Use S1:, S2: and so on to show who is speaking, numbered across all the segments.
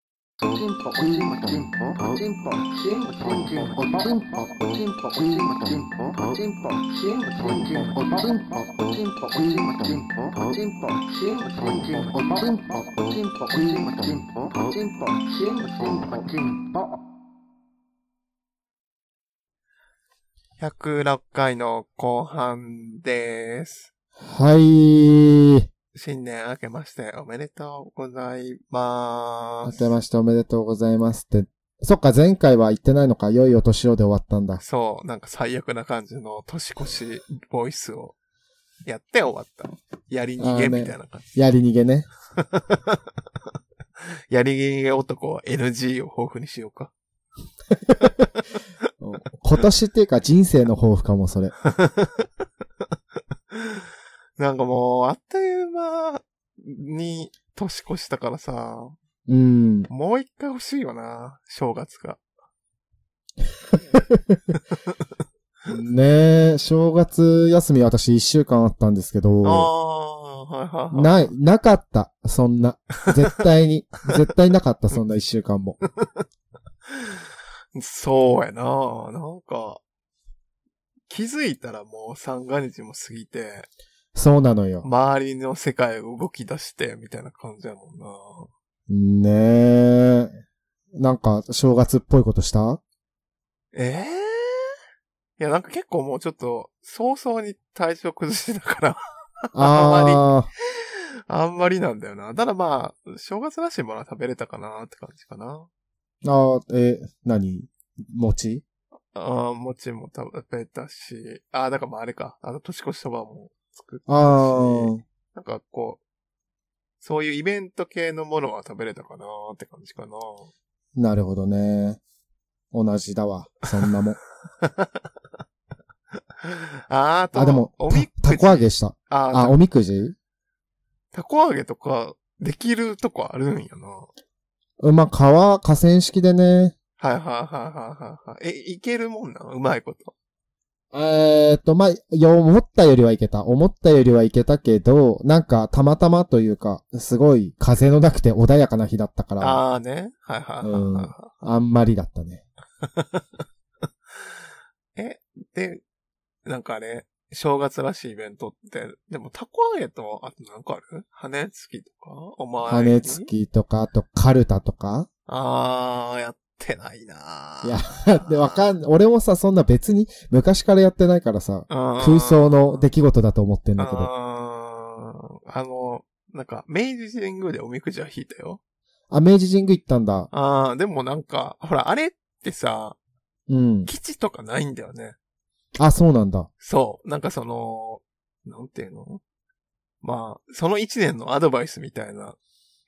S1: チンポおチンポチンポおチンポチンポチンポチンポおチンポチンポチンポおチンポチンポチンポチンポおチンポチンポチンポチンポチンポチンポチンポチンポチンポチンポチンポチンポチンポ
S2: 106回の後半です。
S3: はい。
S2: 新年明けましておめでとうござい
S3: 明
S2: ま
S3: け
S2: す。
S3: ましておめでとうございますって。そっか、前回は言ってないのか、良いお年をで終わったんだ。
S2: そう、なんか最悪な感じの年越しボイスをやって終わった。やり逃げみたいな感じ。
S3: やり逃げね。
S2: やり逃げ男は NG を豊富にしようか。
S3: 今年っていうか人生の抱負かも、それ。
S2: なんかもう、あっという間に年越したからさ、
S3: うん。
S2: もう一回欲しいよな、正月が。
S3: ねえ、正月休み私一週間あったんですけ
S2: あ
S3: ど、
S2: あ、はいはいはい。
S3: ない、なかった、そんな。絶対に、絶対なかった、そんな一週間も。
S2: そうやななんか、気づいたらもう三が日も過ぎて、
S3: そうなのよ。
S2: 周りの世界を動き出して、みたいな感じやもんな
S3: ねえ。なんか、正月っぽいことした
S2: ええいや、なんか結構もうちょっと、早々に体調崩してたから、
S3: あ
S2: あんまりなんだよな。ただまあ、正月らしいものは食べれたかなって感じかな。
S3: ー、あー、え、何餅
S2: ああ、餅も食べたし、ああ、だからまああれか、あの、年越しそばも作ったし、
S3: ああ、
S2: なんかこう、そういうイベント系のものは食べれたかなって感じかな。
S3: なるほどね。同じだわ。そ んなもん。
S2: あーあと、
S3: あ、でも
S2: おみく、
S3: たた
S2: じ。
S3: こ揚げした。あ、
S2: あー
S3: おみくじ
S2: たたこ揚げとか、できるとこあるんやな。
S3: うんまあ、川、河川敷でね。
S2: はいはいはいはいはいはい。え、いけるもんなんうまいこと。
S3: えーっと、まあ、よ、思ったよりはいけた。思ったよりはいけたけど、なんか、たまたまというか、すごい、風のなくて穏やかな日だったから、あ
S2: ああーね。はいはいはいはいは
S3: んまりだったね。
S2: い。で、なんかね、正月らしいイベントって、でもたこ揚げと、あとなんかある羽付きとかお前。
S3: 羽付きとか、あと、カルタとか。
S2: ああ、やってないなー
S3: いや、で、わかん、俺もさ、そんな別に、昔からやってないからさ、
S2: 空
S3: 空想の出来事だと思ってんだけど。
S2: あーあの、なんか、明治神宮でおみくじは引いたよ。
S3: あ、明治神宮行ったんだ。
S2: ああ、でもなんか、ほら、あれってさ、
S3: うん。
S2: 基地とかないんだよね。
S3: あ、そうなんだ。
S2: そう。なんかその、なんていうのまあ、その一年のアドバイスみたいな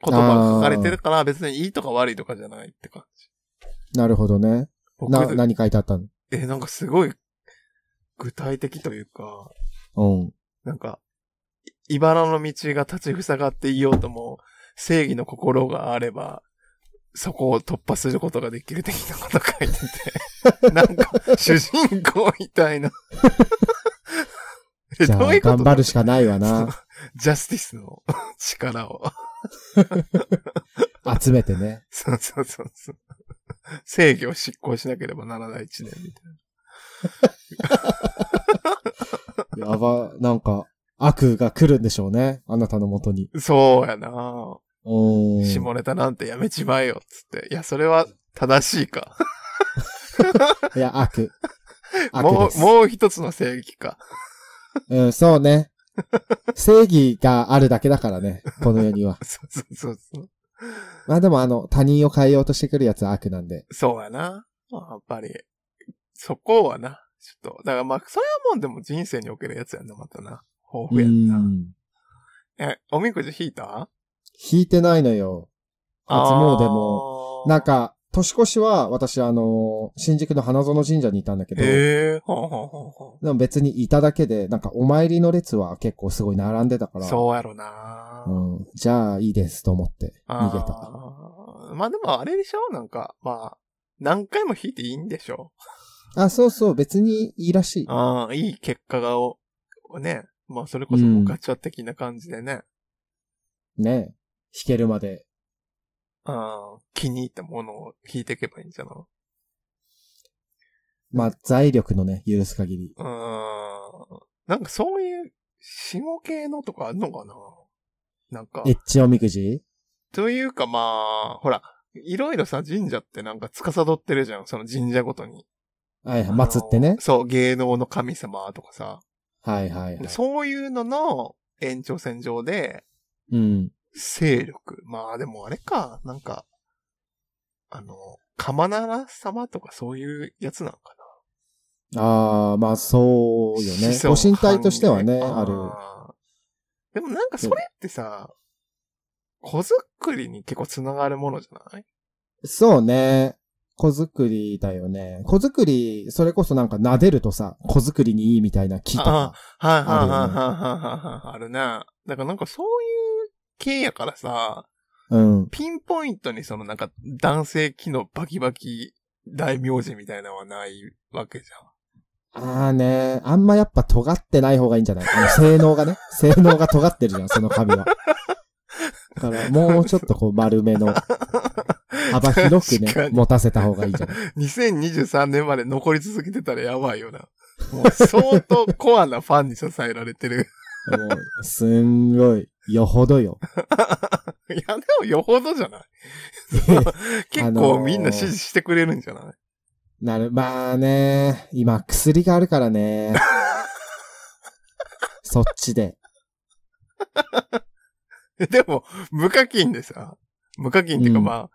S2: 言葉が書かれてるから、別にいいとか悪いとかじゃないって感じ。
S3: なるほどね。
S2: 僕
S3: な、何書いてあったの
S2: え、なんかすごい、具体的というか、
S3: うん。
S2: なんか、い茨の道が立ち塞がっていようとも、正義の心があれば、そこを突破することができる的なこと書い てて、なんか、主人公みたいな。え
S3: じゃ
S2: どうい
S3: あ、
S2: うこ
S3: 頑
S2: と
S3: 張るしかないわな。
S2: ジャスティスの 力を。
S3: 集めてね。
S2: そうそうそうそう。正義を執行しなければならない一年みたいな。
S3: やば、なんか、悪が来るんでしょうね。あなたの元に。
S2: そうやな
S3: うーん。
S2: 下ネタなんてやめちまえよ、つって。いや、それは正しいか。
S3: いや、悪。悪
S2: も
S3: で
S2: う、
S3: す。
S2: もう一つの正義か。
S3: うん、そうね。正義があるだけだからね。この世には。
S2: そうそうそうそう。
S3: まあでも、あの、他人を変えようとしてくるやつは悪なんで。
S2: そうやな。まあやっぱり、そこはな、ちょっと。だからまあ、それはもうでも人生におけるやつやんな、またな。豊
S3: う
S2: 富やんな。
S3: ん。
S2: え、おみくじ引いた
S3: 引いてないのよ。初詣
S2: も
S3: も。なん、か、年越しは、私、あの、新宿の花園神社にいたんだけど。
S2: ええほんほんほんほ
S3: でも別にいただけで、なんかお参りの列は結構すごい並んでたか
S2: ん。
S3: ら。
S2: そうやろな、
S3: うん。じゃあいいですと思って
S2: あ
S3: 逃げた。
S2: ーまあでもあれでしょなんか、まあ、何回も引いていいんでしょ
S3: あ、そうそう、別にいいらしい。
S2: ああ、いい結果がを、ね。まあそれこそもうガチャ的な感じでね。
S3: ねえ。弾けるまで
S2: あー気に入ったものを引いていけばいいんじゃない
S3: まあ、財力のね、許す限り。
S2: うーん。なんかそういう、死後系のとかあんのかななんか
S3: エ、ッチおみくじ
S2: というかまあ、ほら、いろいろさ、神社ってなんか司ってるじゃん、その神社ごとに。
S3: はいはい、
S2: あの
S3: 祀ってね。
S2: そう、芸能の神様とかさ。
S3: はいはいはい。
S2: そういうのの延長線上で、
S3: うん。
S2: 勢力。まあでもあれか、なんか、あの、鎌奈良様とかそういうやつなのかな。
S3: ああ、まあそうよね
S2: 子。孫
S3: ご神体としてはね、
S2: 繁栄
S3: ある。
S2: ーでもなんかそれってさ、子作りに結構つながるものじゃない
S3: そうね。子作りだよね。子作り、それこそなんか撫でるとさ、子作りにいいみたいな木とか。
S2: はいはいは
S3: あ
S2: い
S3: るよね
S2: はいはいはい。あるな。だからなんかそういう系やからさ、
S3: うん。
S2: ピンポイントにそのなんか男性機のバキバキ大名字みたいなのはないわけじゃん。
S3: ああね、あんまやっぱ尖ってない方がいいんじゃないあの、性 能がね、性能が尖ってるじゃん、その髪は。だから、もうちょっとこう丸めの、幅広く
S2: 確か
S3: ね、
S2: に
S3: 持たせた方がいいんじゃない
S2: 2023年まで残り続けてたらやばいよな。もう相当コアなファンに支えられてる。
S3: もう、すんごい、よほどよ。
S2: いや、でもよほどじゃない 結構みんな支持してくれるんじゃない、
S3: なる、まあね、今薬があるか らね。そっちで。
S2: でも、無課金でさ、無課金っていうか
S3: うん
S2: まあ、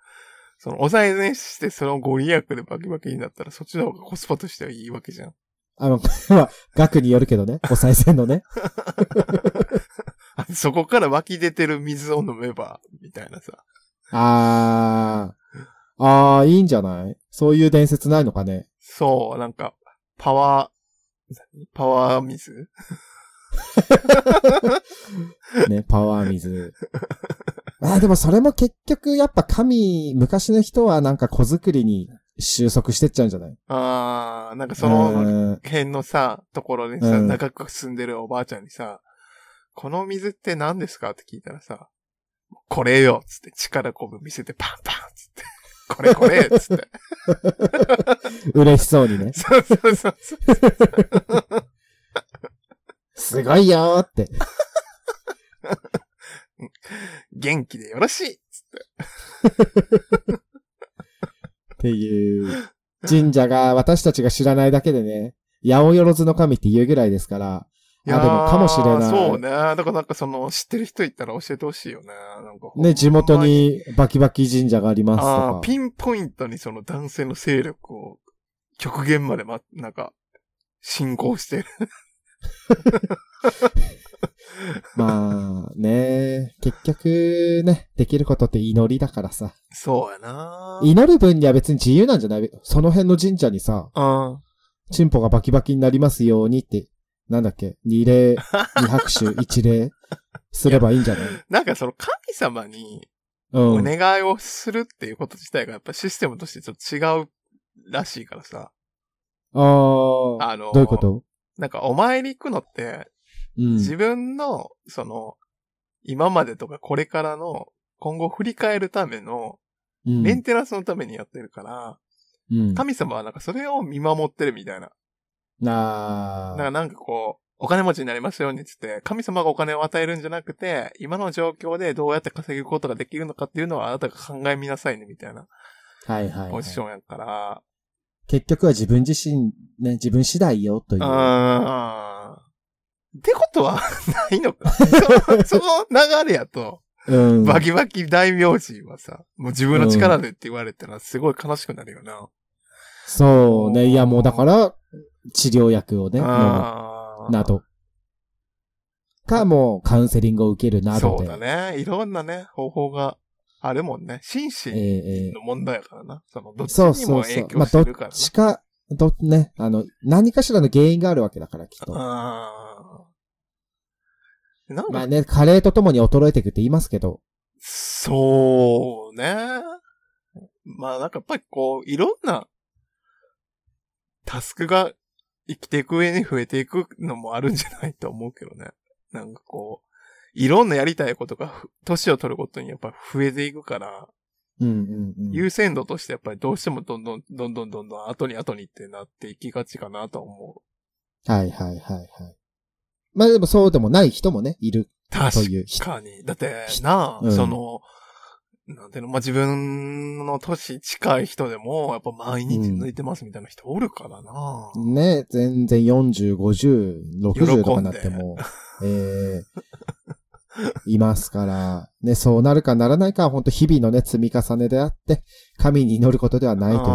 S2: その、抑えねして、そのご利益でバキバキになったら、そっちの方がコスパとしてはいいわけじゃん。
S3: あの、 まあ、額によるけどね、お賽銭のね。
S2: あそこから湧き出てる水を飲めば、みたいなさ。
S3: あー、あー、いいんじゃないそういう伝説ないのかね。
S2: そう、なんか、パワー、何パワー水
S3: ね、パワー 水。あーでもそれも結局やっぱ神、昔の人はなんか子作りに収束してっちゃうんじゃない
S2: あー、なんかそうの
S3: ーん
S2: 辺のさ、ところにさ、
S3: うん
S2: 長く住んでるおばあちゃんにさ、この水って何ですかって聞いたらさ、これよつって力こぶ見せてパンパンつ って、これこれつって。
S3: 嬉しそうにね。
S2: そうそうそうそう。
S3: すごいよーって。
S2: 元気でよろしい
S3: っていう、神社が私たちが知らないだけでね、八百万の神って言うぐらいですから、
S2: いや
S3: あ、でもかもしれ
S2: ー
S3: ない。
S2: そうね。だからなんかその、知ってる人いたら教えてほしいよね。なんか
S3: ね、地元。にバキバキ神社がありますと
S2: ああ
S3: か
S2: ー、。ピンポイントにその男性の勢力を極限までま、なんか、進行してる。
S3: まあ、ね、結局ね、できることって祈りだからさ。
S2: そうやな
S3: 祈る分には別に自由なんじゃないその辺の神社にさ、
S2: うん。
S3: チンポがバキバキになりますようにって、なんだっけ、二礼、二拍 手、一礼、すればいいんじゃない
S2: なんかその神様に
S3: う
S2: お
S3: ん。
S2: 願いをするっていうこと自体がやっぱシステムとしてちょっと違うらしいからさ。
S3: ああ、
S2: あの、
S3: どういうこと
S2: なんかお参り行くのって、
S3: うん。
S2: 自分の、その、今までとかこれからの、今後振り返るための、
S3: うん
S2: メンテナンスのためにやってるから、
S3: うん。
S2: 神様はなんかそれを見守ってるみたいな。
S3: な
S2: だ
S3: あ
S2: からなんかこう、お金持ちになりますようにっつって、神様がお金を与えるんじゃなくて、今の状況でどうやって稼ぐことができるのかっていうのはあなたが考えみなさいね、みたいな
S3: はいはい、は
S2: ポ
S3: い
S2: ジ。ションやから。
S3: 結局は自分自身、ね、自分次第よ、という。
S2: うーん。ってことはないの か。そその流れやと、
S3: うん。
S2: バキバキ大名字はさ、もう自分の力でって言われたらすごい悲しくなるよな。
S3: そうね。いや、もうだから、治療薬をね、飲む
S2: あー
S3: など。か、もう、カウンセリングを受けるなど
S2: そう
S3: で。
S2: だね。いろんなね、方法があるもんね。心
S3: え
S2: 身
S3: ええ
S2: の問題やからな。その、どっ
S3: え
S2: ち
S3: そう
S2: に
S3: そ
S2: も
S3: うそ
S2: 影
S3: う。ま
S2: 響して
S3: あ、どっ
S2: るから
S3: ちか、ど、ね、あの、何かしらの原因があるわけだから、きっと。
S2: な。うん。なん
S3: まあ
S2: か、
S3: ね、加齢とともに衰えていくって言いますけど。
S2: そうね。まあなんかやっぱりこう、いろんなタスクが生きていく上に増えていくのもあるんじゃないと思うけどね。 なんかこう、いろんなやりたいことがふ、年を取ることにやっぱ増えていくから、
S3: うんうんうん。
S2: 優先度としてやっぱりどうしてもどんどん、どんどんどんどん後に後にってなっていきがちかなとは思う。
S3: はいはいはいはい。まあでもそうでもない人もね、いる。そ
S2: 確
S3: ういう人。
S2: かに。だって、なあ、
S3: うん
S2: その、なんていうの、まあ、自分の年近い人でも、やっぱ毎日抜いてますみたいな人おるからな、
S3: ね、全然40、50、60とかなっても、ええいますから、ね、そうなるかならないかは本当日々のね、積み重ねであって、神に祈ることではないというこ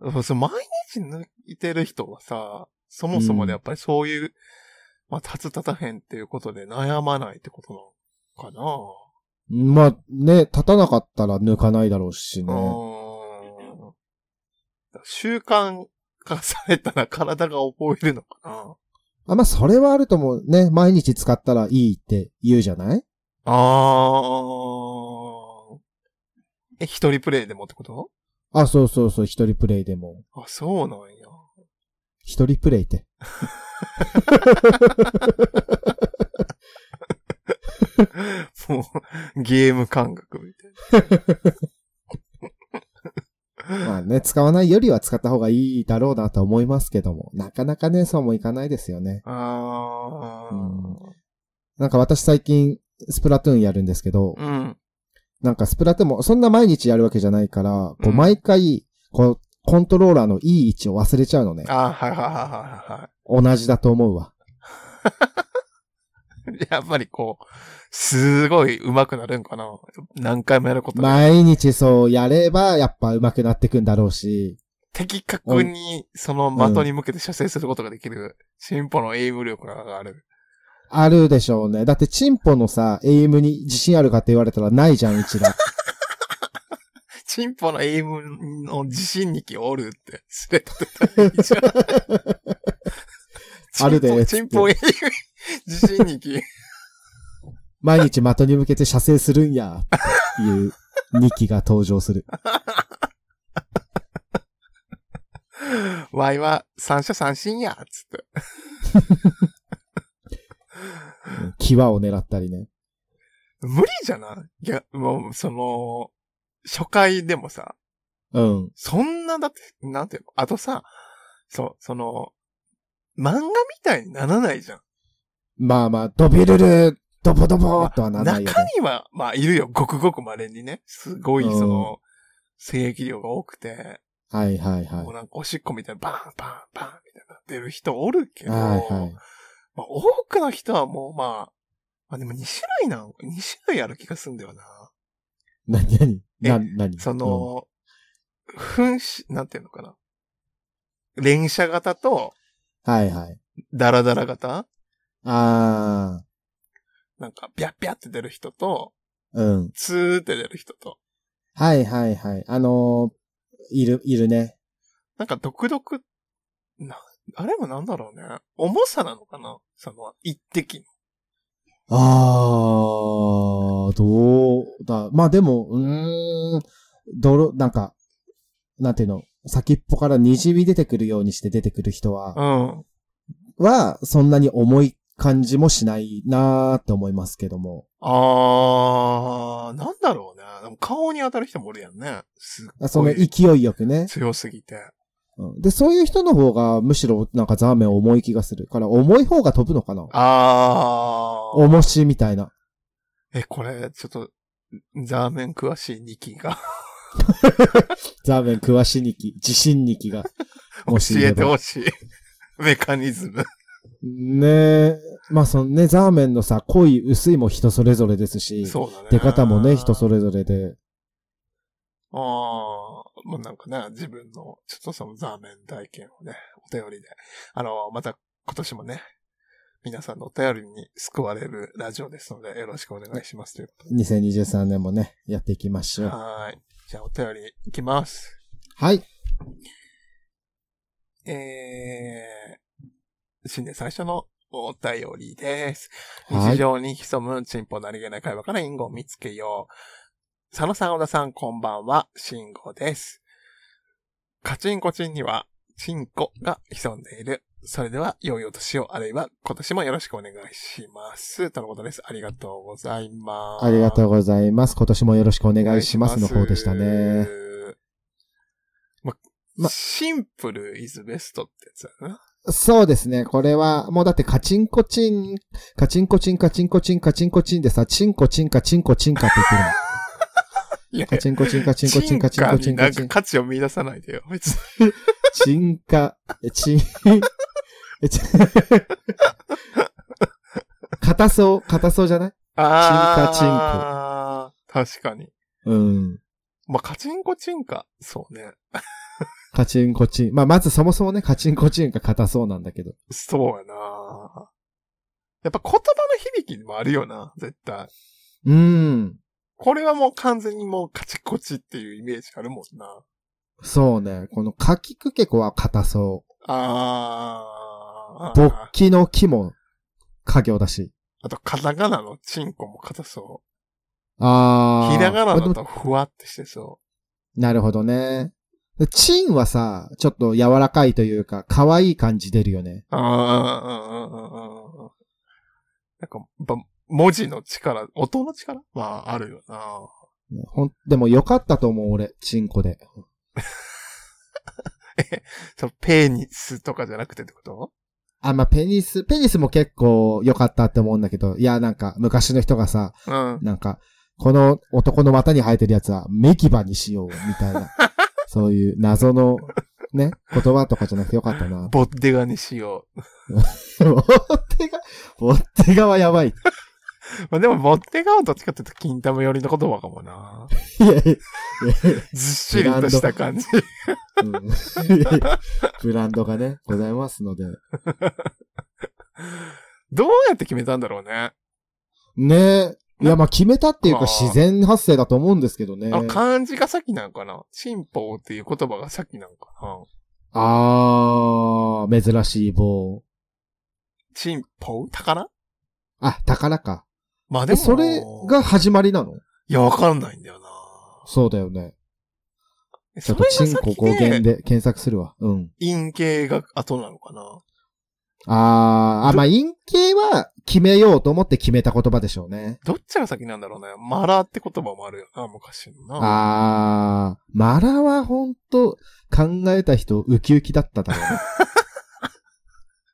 S2: あーそう毎日抜いてる人はさ、そもそもでやっぱりそういう、まあ、立つ立たへんっていうことで悩まないってことなのかな
S3: とですね。まあ、ね、立たなかったら抜かないだろうしね。
S2: うーん習慣化されたら体が覚えるのかな
S3: あまあ、それはあると思う。ね、毎日使ったらいいって言うじゃない
S2: あー。え、一人プレイでもってこと
S3: あ、そうそうそう、一人プレイでも。
S2: あ、そうなんや。
S3: 一人プレイって。
S2: もう、ゲーム感覚みたい
S3: まあね、使わないよりは使った方がいいだろうなと思いますけども、なかなかね、そうもいかないですよね。
S2: な。あー。
S3: なんか私最近、スプラトゥーンやるんですけど、
S2: うん。
S3: なんかスプラトゥーンもそんな毎日やるわけじゃないから、こ
S2: う
S3: うん毎回、こう、コントローラーのいい位置を忘れちゃうのね。
S2: あーはいはいはいはいは
S3: 同じだと思うわ。
S2: い。 やっぱりこう、すごい上手くなるんかな何回もやることで、
S3: 毎日そうやれば、やっぱ上手くなってくんだろうし、
S2: 的確にその的に向けて射精することができる進歩のエイム力がある。
S3: あるでしょうね。だって、チンポのさ、エイムに自信あるかって言われたらないじゃん、うち ら。
S2: チンポのエイムの自信にきおるって、すれ立てたらいいじゃん。
S3: あるで
S2: チンポチンポエイム、自信にき。
S3: 毎日的に向けて射精するんや、っていう2機が登場する。
S2: ワイは三者三振や、つって。
S3: 際を狙ったりね。
S2: 無理じゃないいや、もう、その、初回でもさ、
S3: うん。
S2: そんな、だって、なんていうのあとさ、そう、その、漫画みたいにならないじゃん。
S3: まあまあ、ドビルル、ドボドボーとはならないよ
S2: 中
S3: ね。
S2: には、まあ、いるよ。ごくごく稀にね。すごい、その、精液量が多くて、
S3: はいはいはい
S2: もう。なんかおしっこみたいな、バーン、バーン、バーン、みたいになってる人おるけど、
S3: はいはい。
S2: まあ、多くの人はもう、まあ、まあでも2種類なん、2種類ある気がすんだよな。
S3: なになにな、なに
S2: そ、の、噴し、なんていうのかな。連射型と、
S3: うんはいはい。
S2: ダラダラ型
S3: あ
S2: なんか、ビャッビャッって出る人と、
S3: ー、うん。
S2: ツーって出る人と、
S3: はいはいはい。あのー、いる、いるね。
S2: なんか独特、な、あれもなんだろうね。重さなのかなその、一滴の。
S3: あー、どうだ。まあでも、うーん、泥、なんか、なんていうの、先っぽからにじみ出てくるようにして出てくる人は、
S2: うん。
S3: は、そんなに重い感じもしないなーって思いますけども。
S2: あー、なんだろうね。でも顔に当たる人もおるやんね。すっごい。
S3: その勢いよくね。
S2: 強すぎて。
S3: うんで、そういう人の方が、むしろ、なんかザーメン重い気がする。から、重い方が飛ぶのかな
S2: あー。
S3: 重しみたいな。
S2: え、これ、ちょっと、ザーメン詳しいニキが
S3: ザーメン詳しにき、自信にきが。
S2: 教
S3: もしい
S2: え
S3: れ
S2: て
S3: ば
S2: ほしい。メカニズム。
S3: ねえ。まあ、そのね、ザーメンのさ、濃い、薄いも人それぞれですし、
S2: そうだね。
S3: 出方もね、人それぞれで。
S2: あー。もうなんかね、自分の、ちょっとそのザーメン体験をね、お便りで。あの、また今年もね、皆さんのお便りに救われるラジオですので、よろしくお願いしますということで。
S3: 2023年もね、やっていきましょう。
S2: はーい。じゃあお便りいきます。
S3: はい。
S2: えー、新年最初のお便りです。
S3: はい
S2: 日常に潜むチンポなりげない会話から因果を見つけよう。佐野さん、小田さん、こんばんは、慎吾です。カチンコチンには、チンコが潜んでいる。それでは、良いお年を、あるいは今年もよろしくお願いします。とのことです。ありがとうございます。
S3: ありがとう
S2: ざい
S3: ございます。今年もよろしくお願いしますの方でしたね。。
S2: ま、
S3: ま
S2: シンプルイズベストってやつだな。
S3: そうですね。これは、もうだってカチンコチン、カチンコチンカチンコチンカチンコチンでさ、チンコチンカチンコチンカって言って るの。
S2: いやい
S3: カ
S2: や、
S3: チンコチンカチンコチンカチンコチン
S2: カに
S3: カ
S2: な
S3: チ
S2: んか
S3: ン。
S2: 価値を見出さないでよ。別に
S3: チンカ、えチン、えチン、 硬そう、硬そうじゃない
S2: あー
S3: チン
S2: 確かに。
S3: うん。
S2: まあ、カチンコチンカ。そうね。
S3: カチンコチン。まあ、まずそもそもね、カチンコチンが硬そうなんだけど。
S2: そうやなやっぱ言葉の響きもあるよな、絶対。
S3: うん。
S2: これはもう完全にもうカチコチっていうイメージあるもんな。
S3: そうね。このカキクケコは硬そ
S2: あ
S3: う。
S2: ー。
S3: 勃起の木も家業だし。
S2: あと、カタカナのチンコも硬そ
S3: あ
S2: う。
S3: ー。
S2: ひらがな
S3: これで
S2: だ
S3: も
S2: とふわってしてそ
S3: なるほどね。チンはさ、ちょっと柔らかいというか、可愛い感じ出るよね。
S2: う。あーうんうんうんうんうん。なんか、やっぱ文字の力、音の力まあ、あるよな。
S3: ほん、でも良かったと思う、俺。チンコで。
S2: そのペニスとかじゃなくてってこと
S3: あ、まあ、ペニス、ペニスも結構良かったって思うんだけど、いや、なんか、昔の人がさ、
S2: うん。
S3: なんか、この男の股に生えてるやつは、メキバにしよう、みたいな。そういう謎の、ね、言葉とかじゃなくて良かったな。
S2: ボッデガにしよ
S3: ボッテガ、ボッテガはやばい。
S2: う。まあ、でも、ボッデガはどっちかっていうと、金玉寄りの言葉かもな。
S3: いやいや、
S2: ずっしりとした感じ。
S3: うんいやいやブランドがね、ございますので。
S2: どうやって決めたんだろうね。
S3: ねえ。いや、まあ、決めたっていう
S2: あ
S3: か
S2: ー
S3: 自然発生だと思うんですけどね。
S2: あの漢字が先なんかな進歩っていう言葉が先なんかな
S3: あー、珍しい棒。
S2: 進歩宝
S3: あ、宝か。
S2: まあで
S3: で、
S2: も。
S3: それが、始まりなの
S2: いや、わかんないんだよな。
S3: そうだよね。ちょ
S2: そ
S3: っと
S2: れ、
S3: チンコ語源
S2: で、
S3: で検索するわ。うん。
S2: 陰形が後なのかな
S3: あー、あ、
S2: ど
S3: まあ、陰形は決めようと思って決めた言葉でしょうね。
S2: どっちが先なんだろうね。マラーって言葉もあるよな、昔のな。
S3: あー、マラはほんと考えた人ウキウキだっただろうね。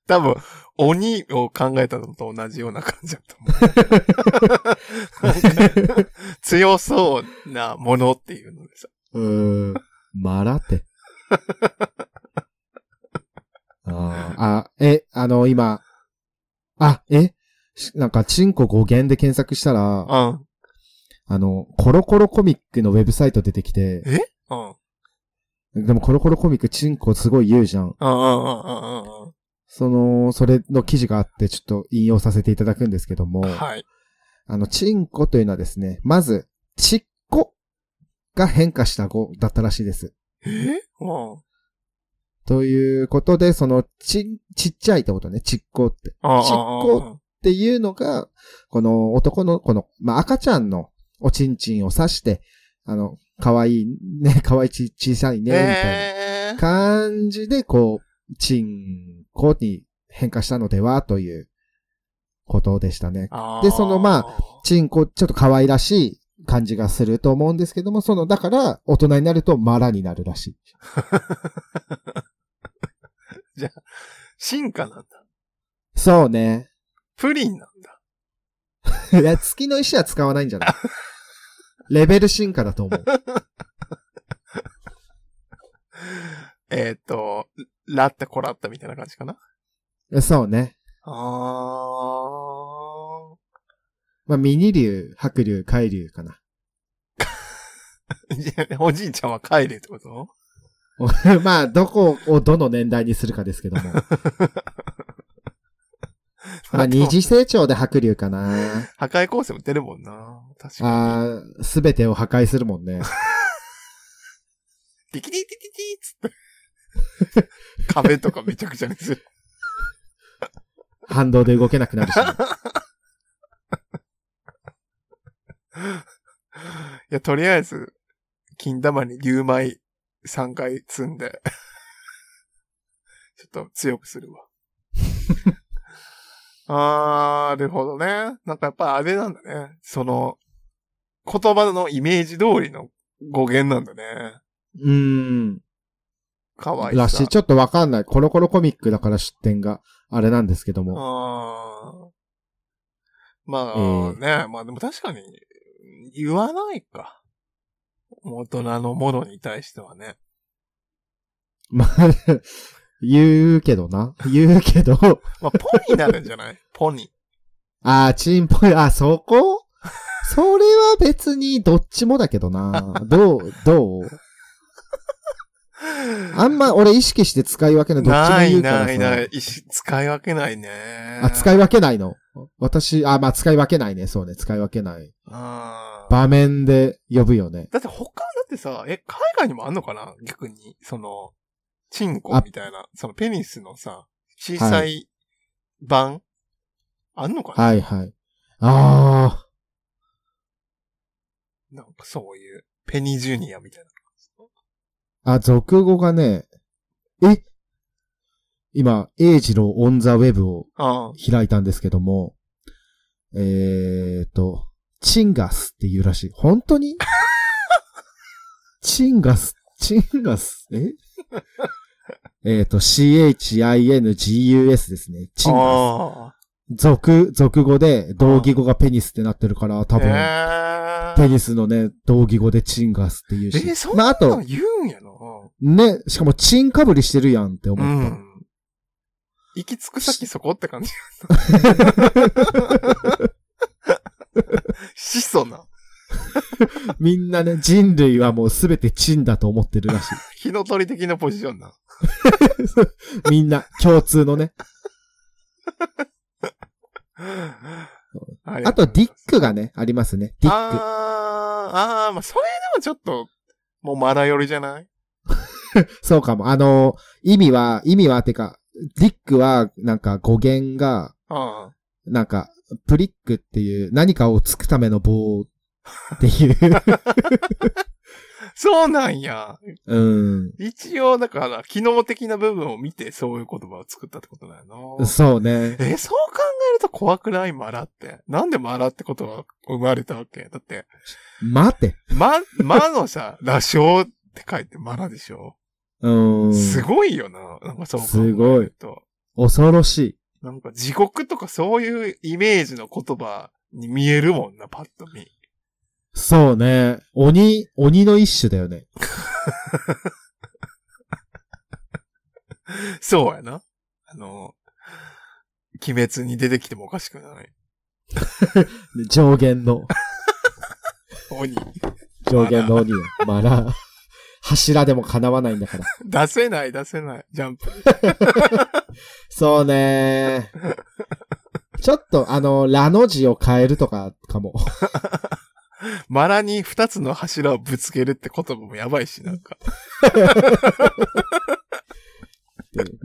S2: 多分、鬼を考えたのと同じような感じだと思う。なんか強そうなものっていうのでさ。
S3: うーん。マラって。 あーあ、え、あの、今、あ、え、しなんか、チンコ語源で検索したら、あ
S2: うん。
S3: の、コロコロコミックのウェブサイト出てきて、
S2: うん。うん
S3: でもコロコロコミックチンコすごい言うじゃん。
S2: うんうんうんうん
S3: その、それの記事があって、ちょっと引用させていただくんですけども、
S2: うん。はい。
S3: あの、チンコというのはですね、まず、チッコが変化した語だったらしいです。
S2: えうん。
S3: ということで、その、ち、ちっちゃいってことね、ちっこって。っ
S2: ああ
S3: 執行ていうのが、この男の、この、まあ、赤ちゃんのおちんちんを刺して、あの、かわいいね、かわいいち、小さいね、みたい
S2: え
S3: な感じで、こう、ちんこに変化したのでは、ということでしたね。
S2: ー
S3: でそのまちんこ、ちょっと可愛らしい感じがすると思うんですけども、その、だから、大人になるとマラになるらしい。
S2: 進化なんだ。
S3: そうね。
S2: プリンなんだ。
S3: いや、月の石は使わないんじゃないレベル進化だと思う。
S2: えっ、と、ラッタコラッタみたいな感じかな。
S3: そうね。
S2: ああ。
S3: まあ、ミニ竜、白竜、海竜かな。
S2: いやおじいちゃんは帰れってこと
S3: おまあ、どこをどの年代にするかですけども。まあ、二次成長で白竜かな。
S2: 破壊構成も出るもんな。確か
S3: あー、すべてを破壊するもんね。
S2: に。ティキリティティティつって。壁とかめちゃくちゃにする。
S3: 反動で動けなくなるしね、
S2: いや、とりあえず、金玉に牛米3回積んで、ちょっと強くするわ。 あー、なるほどね。なんかやっぱあれなんだね。その、言葉のイメージ通りの語源なんだね。
S3: うーん。
S2: かわいい。
S3: らしい。ちょっとわかんない。コロコロコミックだから出典があれなんですけど
S2: あー
S3: も。
S2: まあ、
S3: うん
S2: ね、まあでも確かに、言わないか。大人のものに対してはね。
S3: まあ、言うけどな。言うけど。
S2: まあ、ポになるんじゃ ないポに。
S3: あー、チンポイ、あ、そこそれは別にどっちもだけ どな。どう、どうあんま俺意識して使い分けない。どっちも
S2: な
S3: 言
S2: いう
S3: からさ。
S2: ないない。いし使い分けないね。
S3: あ、使い分けないの。私、あ、まあ使い分けないね。そうね。使い分けない。
S2: あー
S3: 場面で呼ぶよね。
S2: だって他、だってさ、え、海外にもあんのかな逆に。その、チンコみたいな、そのペニスのさ、小さ
S3: はい
S2: 版、あんのかな、
S3: はいはい。あ
S2: なんかそういう、ペニジュニアみたいな。
S3: ー。あ、俗語がね、え今、英二郎オンザウェブを
S2: あ
S3: 開いたんですけども、えーと、チンガスっていうらしい。本当にチンガス、チンガス、ええーと、CHINGUS ですね。チンガ
S2: あ
S3: ス。俗、俗語で、同義語がペニスってなってるから、多
S2: ー。
S3: 分、
S2: え
S3: ペニスのね、同義語でチンガスっていうし。
S2: ー、えー、そん
S3: まあ、あ
S2: なの
S3: と、
S2: 言うんやな。
S3: ね、しかもチンかぶりしてるやんって思
S2: う
S3: った。
S2: ん。行き着く先そこって 感じ。しそな。
S3: みんなね、人類はもうすべてチンだと思ってるらしい。
S2: 火の鳥的なポジションな。
S3: みんな、共通のね。
S2: あり
S3: あ
S2: が
S3: と、
S2: うござ
S3: デ
S2: い
S3: ィッ
S2: ます
S3: クがね、ありますね。ディック。
S2: あーあー、まあ、それでもちょっと、もうまだ寄りじゃない
S3: そうかも。あのー意味は、意味は、てか、ディックは、なんか語源が、
S2: うん。
S3: なんか、プリックっていう、何かをつくための棒っていう。
S2: そうなんや。
S3: うん。
S2: 一応、だから、機能的な部分を見て、そういう言葉を作ったってことだよな。
S3: そうね。
S2: え、そう考えると怖くないマラって。なんでマラってことが生まれたわけだって、
S3: 待て。
S2: ま、 魔のさ、羅生って書いてマラでしょ、
S3: うん。
S2: すごいよな。なんかそう考えると。
S3: 恐ろしい。
S2: なんか地獄とかそういうイメージの言葉に見えるもんな、パッと見。
S3: そうね。鬼、鬼の一種だよね。
S2: そうやな。あの、鬼滅に出てきてもおかしくない。
S3: 上限の、
S2: 鬼。
S3: 上限の鬼よ。まだ、柱でも叶わないんだから。
S2: 出せない、出せない。ジャンプ。
S3: そうね。ちょっと、あの、ラの字を変えるとか、かも。
S2: マラに二つの柱をぶつけるって言葉もやばいし、なん か。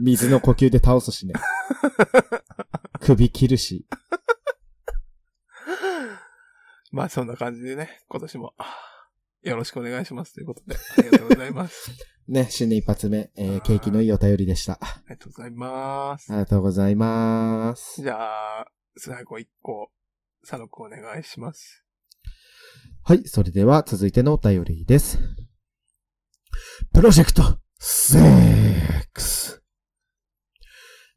S3: 水の呼吸で倒すしね。首切るし。
S2: まあそんな感じでね、今年も、よろしくお願いしますということで、ありがとうございます。
S3: ね、新年一発目、えー景気のいいお便りでした。あ
S2: ありがとうございます
S3: り。がとうございます。
S2: じゃあ、最後一個、佐野くんお願いします。
S3: はい、それでは続いてのお便りです。プロジェクト、セックス。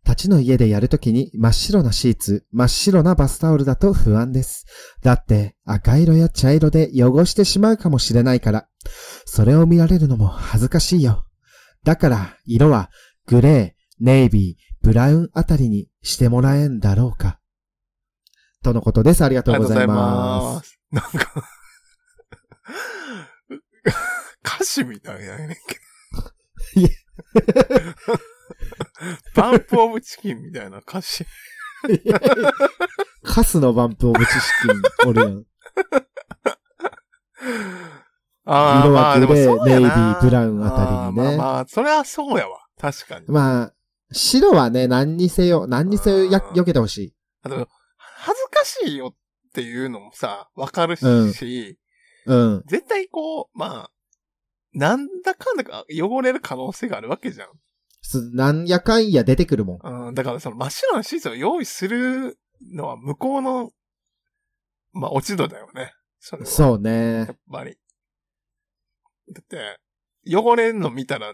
S3: 立ちの家でやるときに真っ白なシーツ、真っ白なバスタオルだと不安です。だって赤色や茶色で汚してしまうかもしれないから。それを見られるのも恥ずかしいよ。だから色はグレー、ネイビー、ブラウンあたりにしてもらえんだろうか。とのことです。ありがとうございます。
S2: す。なんか、歌詞みたいやねんけ
S3: い
S2: ど。バンプオブチキンみたいな歌詞。
S3: カスのバンプオブ知識おるやん。
S2: ああ、
S3: 色
S2: まあで
S3: 枠
S2: も
S3: で
S2: そうや
S3: ネイビ
S2: な
S3: ーブラウンあたりにね
S2: あーまあまあ、それはそうやわ。確かに。
S3: まあ、白はね、何にせよ、何にせよや、
S2: うん
S3: 避けてほしい。
S2: あと、恥ずかしいよっていうのもさ、わかるし、
S3: うんうん。
S2: 絶対こう、まあ、なんだかんだか汚れる可能性があるわけじゃん。
S3: 質、なんやかんや出てくるもん。
S2: うん、だからその真っ白なシーツを用意するのは向こうの、まあ、落ち度だよね。それは
S3: そうね
S2: や。っぱり。だって、汚れんの見たら、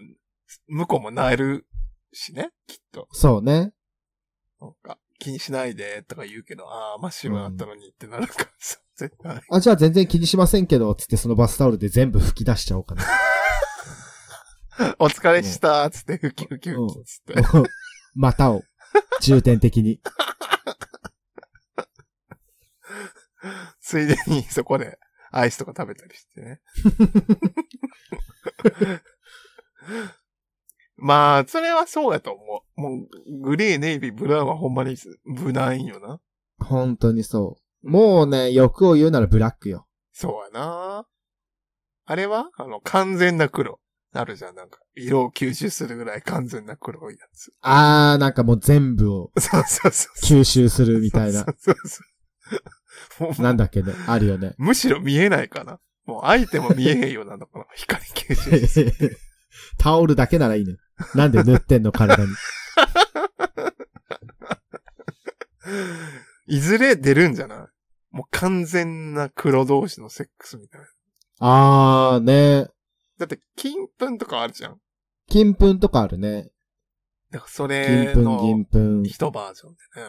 S2: 向こうもなえるしね、きっと。
S3: そうね。
S2: なんか、気にしないで、とか言うけど、ああ、真っ白だったのにってなるからさ、絶対。
S3: あ、じゃあ全然気にしませんけど、つってそのバスタオルで全部吹き出しちゃおうかな。
S2: お疲れしたー、つって、ふきふきふき、つって。
S3: またを、重点的に。
S2: ついでに、そこで、アイスとか食べたりしてね。まあ、それはそうやと思う。もう、グレー、ネイビー、ブラウンはほんまに無難よな。
S3: 本当にそう。もうね、欲を言うならブラックよ。
S2: そうやな。あれはあの、完全な黒。あるじゃん。なんか、色を吸収するぐらい完全な黒いやつ。
S3: あー、なんかもう全部を
S2: そうそうそうそう。
S3: 吸収するみたい
S2: そ。
S3: な
S2: うそうそう。もう
S3: なんだっけね、あるよね。
S2: むしろ見えないかな。もう相手も見えへんようなのかな。 光吸収。
S3: タオルだけならいいね。なんで塗ってんの、体に。
S2: いずれ出るんじゃないもう完全な黒同士のセックスみたいな。
S3: あーね。
S2: だって、金粉とかあるじゃん。
S3: 金粉とかあるね。
S2: だからそ
S3: 金
S2: れ
S3: 粉、
S2: の
S3: 銀粉。
S2: 一バージョンでね。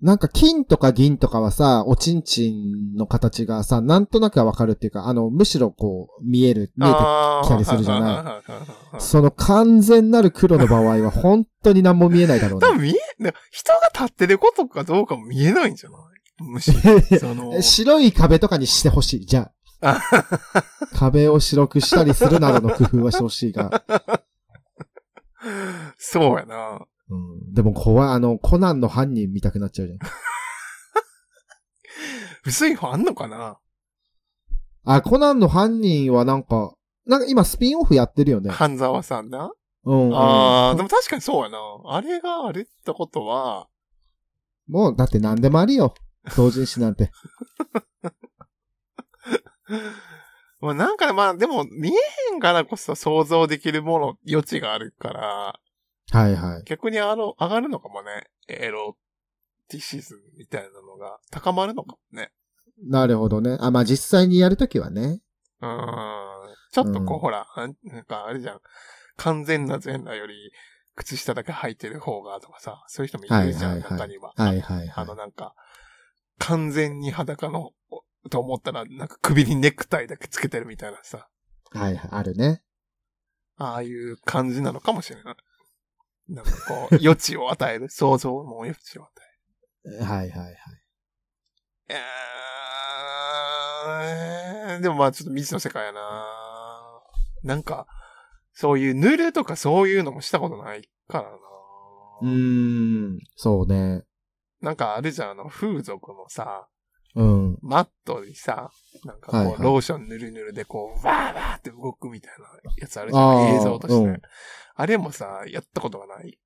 S3: なんか金とか銀とかはさ、おちんちんの形がさ、なんとなくはわかるっていうか、あの、むしろこう、見える、見えて
S2: あ
S3: きたりするじゃない
S2: い
S3: その完全なる黒の場合は本当に何も見えないだろ う
S2: 多
S3: ね。
S2: 分見え、だから人が立ってることかどうかも見えないんじゃないむし ろ。その
S3: え、白い壁とかにしてほしい。じゃ
S2: あ
S3: あ。壁を白くしたりするなどの工夫はしてほし いが。
S2: そうやな。
S3: うん、でも怖い。あの、コナンの犯人見たくなっちゃうじゃん。
S2: 薄い方あんのかな
S3: あ、コナンの犯人はなんか、なんか今スピンオフやってるよね。
S2: 半沢さんな。
S3: うん、うん。
S2: ああ、でも確かにそうやな。あれがあれってことは、
S3: もう、だって何でもありよ。同人誌なんて。
S2: まあなんかまあでも見えへんからこそ想像できるもの余地があるから、
S3: はいはい。
S2: 逆にあの、上がるのかもね。エロティシズムみたいなのが高まるのかもね。
S3: なるほどね。あ、まあ、実際にやるときはね。
S2: うーん。ちょっとこう、
S3: うん
S2: ほら、あんなんかあれじゃん。完全な全裸より、靴下だけ履いてる方がとかさ、そういう人もいるじゃん、
S3: はいはいはい
S2: 中には。
S3: はいはい
S2: あ
S3: はい
S2: の。なんか、完全に裸の、と思ったら、なんか首にネクタイだけつけてるみたいなさ、
S3: はいはい。あるね。
S2: ああいう感じなのかもしれない。なんかこう、余地を与える。想像も余地を与
S3: はいはいはい。
S2: える。えー、でもまあちょっと未知の世界やななんか、そういう塗るとかそういうのもしたことないからな
S3: うーん。そうね。
S2: なんかあるじゃん、あの風俗のさ、
S3: うん。
S2: マットにさ、なんかこう、
S3: はいはい
S2: ローションぬるぬるでこう、わーわーって動くみたいなやつあるじ
S3: あ
S2: ゃん、
S3: ー
S2: 映像として。
S3: うん
S2: あれもさ、やったことが ない。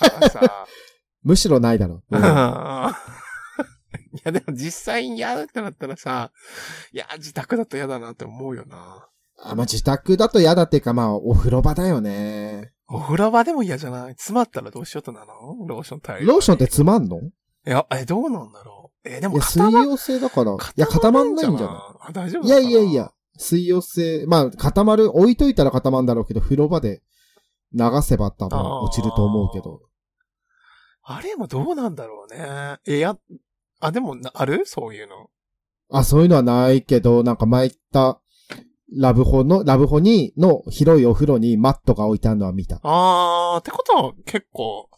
S2: からさ、
S3: むしろないだろ
S2: う
S3: う。うん
S2: い
S3: ん、
S2: やでも実際にやるってなったらさ、いや、自宅だと嫌だなって思うよな。
S3: あまあ、自宅だと嫌だっていうか、まあ、お風呂場だよね。
S2: お風呂場でも嫌じゃない詰まったらどうしようとなのローション大量。
S3: ローションってつまんの
S2: いや、え、どうなんだろう。え、で
S3: い
S2: も
S3: や、水
S2: 固ま
S3: 溶性だから。いや、固まんないんじゃない
S2: あ大丈夫
S3: いやいやい
S2: や
S3: や、水溶性、まあ、固まる、置いといたら固まるんだろうけど、風呂場で流せば多分落ちると思うけど。
S2: あれもどうなんだろうね。え、や、あ、でもな、あるそういうの。
S3: あそういうのはないけど、なんか前言った、ラブホの、ラブホに、の広いお風呂にマットが置いてあるのは見た。
S2: あー、ってことは結構、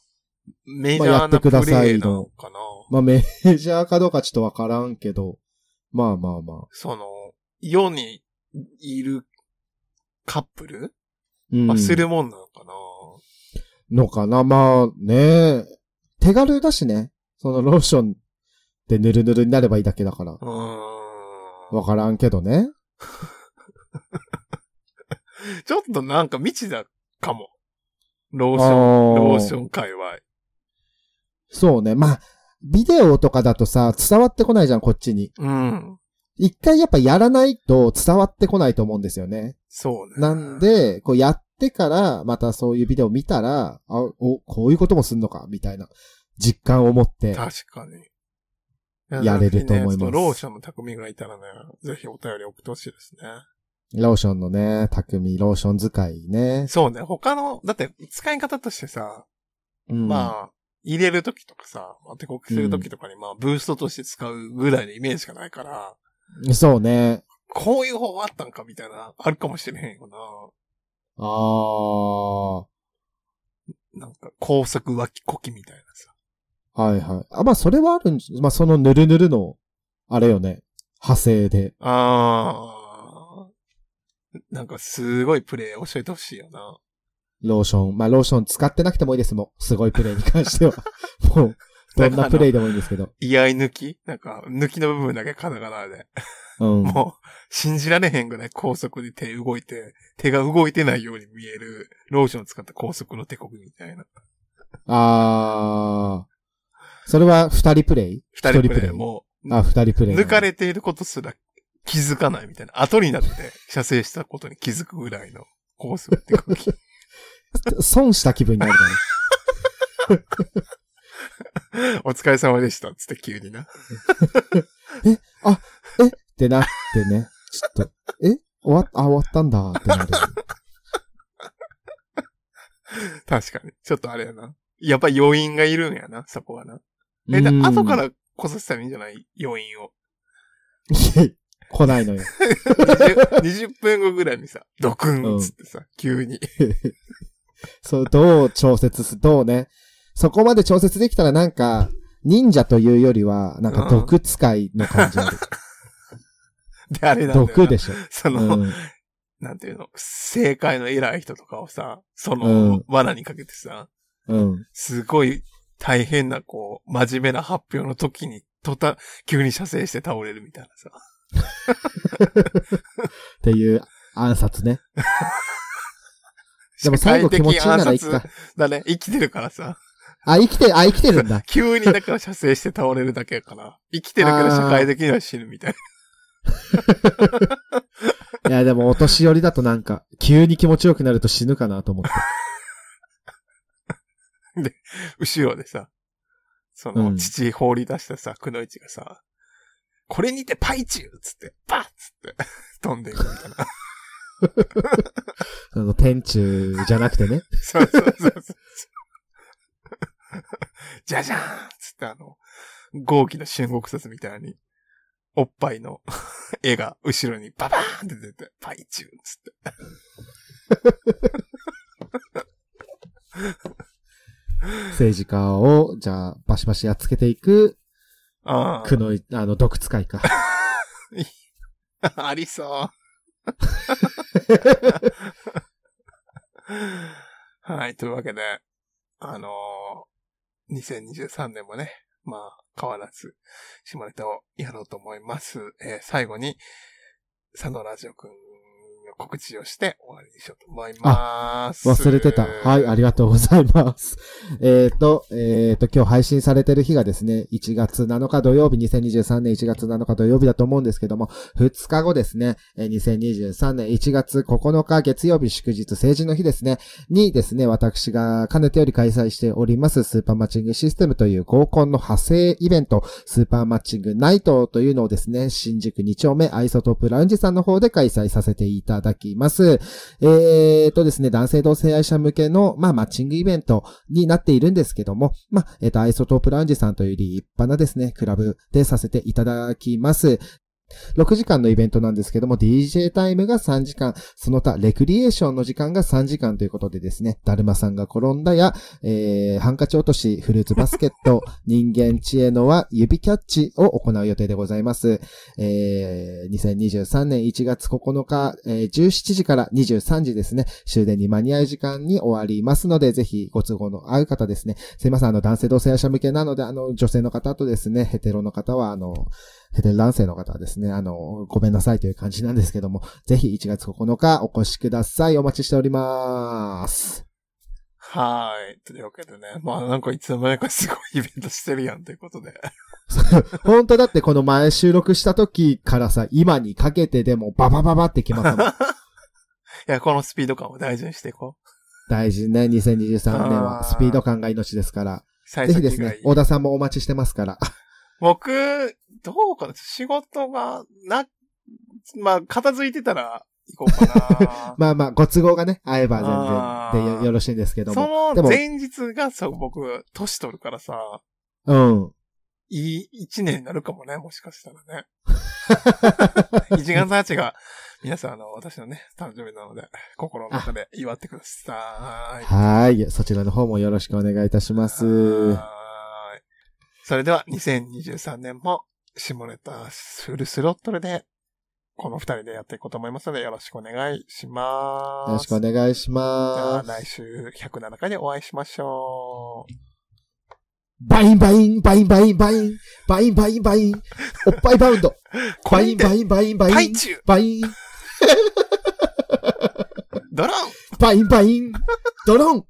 S2: メジ
S3: まあ
S2: ャ
S3: や
S2: ー
S3: って
S2: なプ
S3: く
S2: レ
S3: ださい
S2: イなのかな。
S3: まあ、メジャーかどうかちょっとわからんけど、まあまあまあ。
S2: その、世にいるカップル
S3: うん。
S2: はするもんなのかな。
S3: のかなまあ、ね手軽だしね。そのローションでぬるぬるになればいいだけだから。
S2: うーん。
S3: わからんけどね。
S2: ちょっとなんか未知だかも。ローシ
S3: あ
S2: ョン、
S3: ー
S2: ローション界隈。
S3: そうね。まあ、ビデオとかだとさ、伝わってこないじゃん、こっちに。
S2: うん。
S3: 一回やっぱやらないと伝わってこないと思うんですよね。
S2: そうね。
S3: なんで、こうやっってから、またそういうビデオ見たら、あ、お、こういうこともすんのか、みたいな、実感を持って、
S2: 確かに。
S3: やれると思います
S2: さっきのやつローションの匠がいたらね、ぜひお便り送ってほしいですね。
S3: ローションのね、匠、ローション使いね。
S2: そうね、他の、だって使い方としてさ、
S3: うん、
S2: まあ、入れるときとかさ、当てこきするときとかに、まあ、ブーストとして使うぐらいのイメージしかないから、
S3: そうね。
S2: こういう方法あったんかみたいな、あるかもしれへんよ
S3: ああ、は
S2: な。なんか、高速脇こきみたいなさ。
S3: いはい。あ、まあ、それはあるんじまあ、そのぬるぬるの、あれよね、派生で。
S2: あー。なんか、すごいプレイ教えてほしいよな。
S3: ローション。まあ、ローション使ってなくてもいいですもん。すごいプレイに関 しては。もう、どんなプレイでもいいんですけど。
S2: 居合抜きなんか、抜きの部分だけカタカナで。
S3: うん。
S2: もう、信じられへんぐらい高速に手動いて、手が動いてないように見える、ローションを使った高速の手こぎみたいな。
S3: あー。それは二人プレイ
S2: 二人プレイも
S3: あ、二人プ
S2: う、
S3: レイ。
S2: 抜かれていることすら気づかないみたいな。後になって、射精したことに気づくぐらいの高速手こぎ。
S3: 損した気分になるか
S2: お疲れ様でした。つって急にな。
S3: らね。えってなってね。ちょっと、え終わっ、あ、終わったんだってなる。
S2: 確かに。ちょっとあれやな。やっぱ余韻がいるんやな、そこはな。え、だ
S3: うん
S2: 後か。らこさせたらいいんじゃない余韻を。
S3: いや来ないのよ。
S2: 20, 20分後ぐらいにさ、ドクンっつってさ、急に。
S3: そう、どう調節す、どうね。そこまで調節できたらなんか、忍者というよりは、なんか毒使いの感じ ある。
S2: で、あれなんだよな。
S3: 毒でしょ。
S2: そうの、
S3: ん。
S2: なんていうの、正解の偉い人とかをさ、そうの
S3: ん、
S2: 罠にかけてさ、
S3: うん。
S2: すごい大変な、こう、真面目な発表の時に、とた、急に射精して倒れるみたいなさ。
S3: っていう暗殺ね。でも
S2: 社会
S3: 最後気
S2: 的
S3: 持ちいいなら
S2: 暗
S3: 一回
S2: 殺。だね。生きてるからさ。
S3: あ、生きて、あ、生きてるんだ。
S2: 急にだから射精して倒れるだけやから。生きてるけど社会的には死ぬみたいな。
S3: いや、でもお年寄りだとなんか、急に気持ちよくなると死ぬかなと思って。
S2: 後ろでさ、そうの、
S3: ん
S2: 父放り出したさ、くのいちがさ、これにてパイチューっつって、バッつって、飛んでいくみたいな。
S3: あの、天中じゃなくてね。
S2: そうそうそうそう。 じゃじゃーんっつってあの、豪気の春国殺みたいに、おっぱいの 絵が後ろにババーンって出て、パイチューっつって。
S3: 政治家を、じゃあ、バシバシやっつけていく、
S2: あ
S3: くのい、あの、毒使いか。
S2: あ、ありそう。はい、というわけで、あのー2023年もね、まあ、変わらず、下ネタをやろうと思います。えー最後に、佐野ラジオくんの告知をして終わりにしようと思います。
S3: 忘れてた。はい、ありがとうございます。 えっ、と、えっ、と、今日配信されてる日がですね、1月7日土曜日、2023年1月7日土曜日だと思うんですけども、2日後ですね、えー2023年1月9日月曜日祝日成人の日ですね、にですね、私がかねてより開催しております、スーパーマッチングシステムという合コンの派生イベント、スーパーマッチングナイトというのをですね、新宿2丁目アイソトープラウンジさんの方で開催させていただきます。えーとですね、男性同性愛者向けの、まあ、マッチングイベントになっているんですけども、まあ、えっ、と、アイソトープラウンジさんという立派なですね、クラブでさせていただきます。6時間のイベントなんですけども、DJ タイムが3時間、その他、レクリエーションの時間が3時間ということでですね、だるまさんが転んだや、えー、ハンカチ落とし、フルーツバスケット、人間知恵のは指キャッチを行う予定でございます。えー、2023年1月9日、えー17時から23時ですね、終電に間に合う時間に終わりますので、ぜひご都合の合う方ですね、すいません、あの、男性同性愛者向けなので、あの、女性の方とですね、ヘテロの方は、あの、ヘテロ男性の方はですね、あの、ごめんなさいという感じなんですけども、ぜひ1月9日お越しください。お待ちしております。
S2: はい。というわけでね、まあなんかいつの間にかすごいイベントしてるやんということで。
S3: 本当だってこの前収録した時からさ、今にかけてでもババババってきまったもん。
S2: や、このスピード感を大事にしていこう。
S3: 大事ね、2023年
S2: あー
S3: は。スピード感が命ですから。
S2: 最
S3: ぜひ
S2: 先が
S3: で
S2: いい
S3: すね、小田さんもお待ちしてますから。
S2: 僕、どうかな仕事が、な、まあ、片付いてたら行こうか
S3: まあまあ、ご都合がね、合え
S2: あ
S3: ば
S2: ー
S3: 全然でよろしいんですけど
S2: な。
S3: も。
S2: その
S3: でも、
S2: 前日がそう、僕、年取るからさ、
S3: うん。
S2: いい一年になるかもね、もしかしたら ね。一月八が、皆さん、あの、私のね、誕生日なので、心の中で祝ってください。
S3: はーい。そちらの方もよろしくお願いいたします。
S2: はーいそれでは、2023年も、下ネタフルスロットルで、この二人でやっていこうと思いますので、よろしくお願いします。
S3: よろしくお
S2: いし
S3: 願いし
S2: ま
S3: ます
S2: す。。来週107回でお会いしましょう。
S3: バインバイン、バインバイン、バイン、バインバイン、バイン、おっぱいバウンド。
S2: こ
S3: バ
S2: れ
S3: イ
S2: に
S3: ン
S2: て
S3: バ、イン、バイン、バ
S2: パ
S3: イ
S2: イ
S3: ン、
S2: チュー
S3: バイン、
S2: ドローン
S3: バインバイン、ドロン